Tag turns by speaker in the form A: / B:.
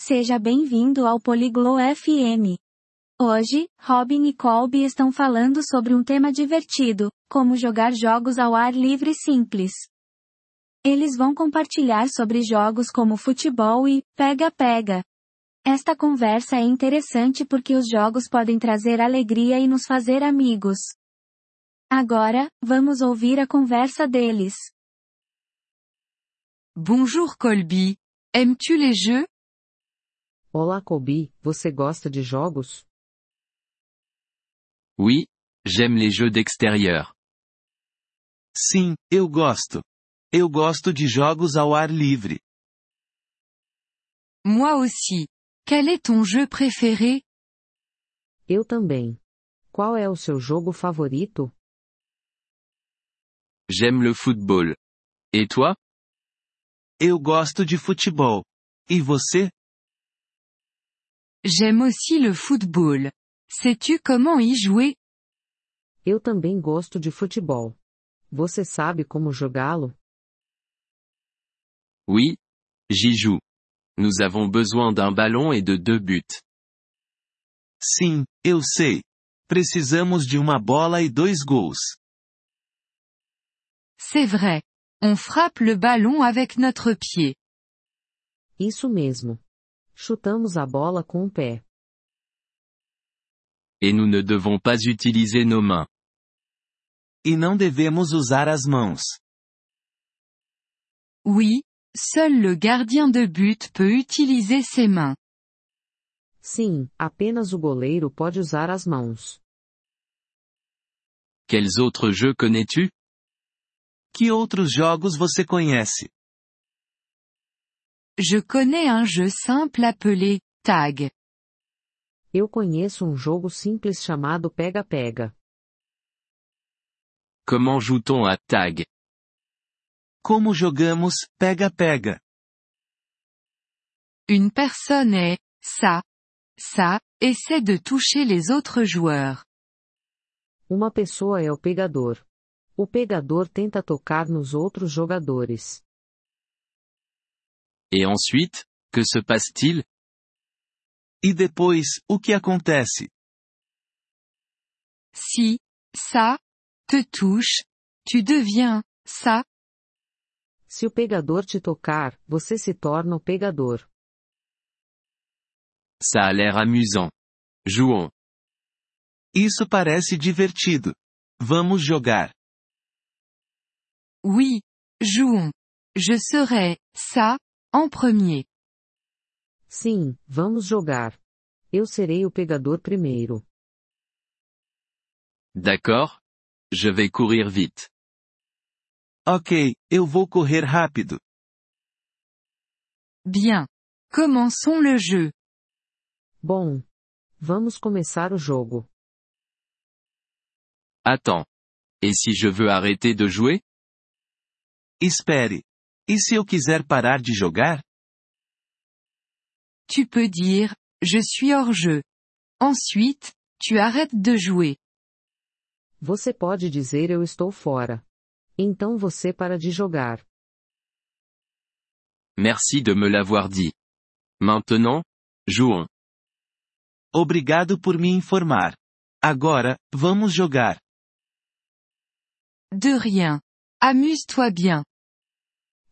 A: Seja bem-vindo ao Poliglo FM. Hoje, Robin e Colby estão falando sobre um tema divertido, como jogar jogos ao ar livre simples. Eles vão compartilhar sobre jogos como futebol e pega-pega. Esta conversa é interessante porque os jogos podem trazer alegria e nos fazer amigos. Agora, vamos ouvir a conversa deles.
B: Bonjour Colby. Aimes-tu les jeux?
C: Olá Colby, você gosta de jogos?
D: Oui, j'aime les jeux d'extérieur.
E: Sim, eu gosto. Eu gosto de jogos ao ar livre.
B: Moi aussi. Quel est ton jeu préféré?
C: Eu também. Qual é o seu jogo favorito?
D: J'aime le football. Et toi?
E: Eu gosto de futebol. E você?
B: J'aime aussi le football. Sais-tu comment y jouer?
C: Eu também gosto de futebol. Você sabe como jogá-lo?
D: Oui. J'y joue. Nous avons besoin d'un ballon et de deux buts.
E: Sim, eu sei. Precisamos de uma bola e dois gols.
B: C'est vrai. On frappe le ballon avec notre pied.
C: Isso mesmo. Chutamos a bola com o pé.
D: Et nous ne devons pas utiliser nos mains.
E: E não devemos usar as mãos.
B: Oui, seul le gardien de but peut utiliser ses mains.
C: Sim, apenas o goleiro pode usar as mãos.
D: Quels autres jeux connais-tu?
E: Que outros jogos você conhece?
B: Je connais un jeu simple appelé tag.
C: Eu conheço um jogo simples chamado Pega-Pega.
D: Comment joue-t-on à tag?
E: Como jogamos pega-pega?
B: Une personne est ça, ça, essaie de toucher les autres joueurs.
C: Uma pessoa é o pegador. O pegador tenta tocar nos outros jogadores.
D: Et ensuite, que se passe-t-il?
E: E depois, o que acontece?
B: Si ça te touche, tu deviens ça.
C: Se o pegador te tocar, você se torna o pegador.
D: Ça a l'air amusant. Jouons.
E: Isso parece divertido. Vamos jogar.
B: Oui, jouons. Je serai ça en premier.
C: Sim, vamos jogar. Eu serei o pegador primeiro.
D: D'accord? Je vais courir vite.
E: Ok, eu vou correr rápido.
B: Bien. Commençons le jeu.
C: Bom, vamos começar o jogo.
D: Attends. Et si je veux arrêter de jouer?
E: Espere. E se eu quiser parar de jogar?
B: Tu peux dire je suis hors jeu. Ensuite, tu arrêtes de jouer.
C: Você pode dizer eu estou fora. Então você para de jogar.
D: Merci de me l'avoir dit. Maintenant, jouons.
E: Obrigado por me informar. Agora, vamos jogar.
B: De rien. Amuse-toi bien.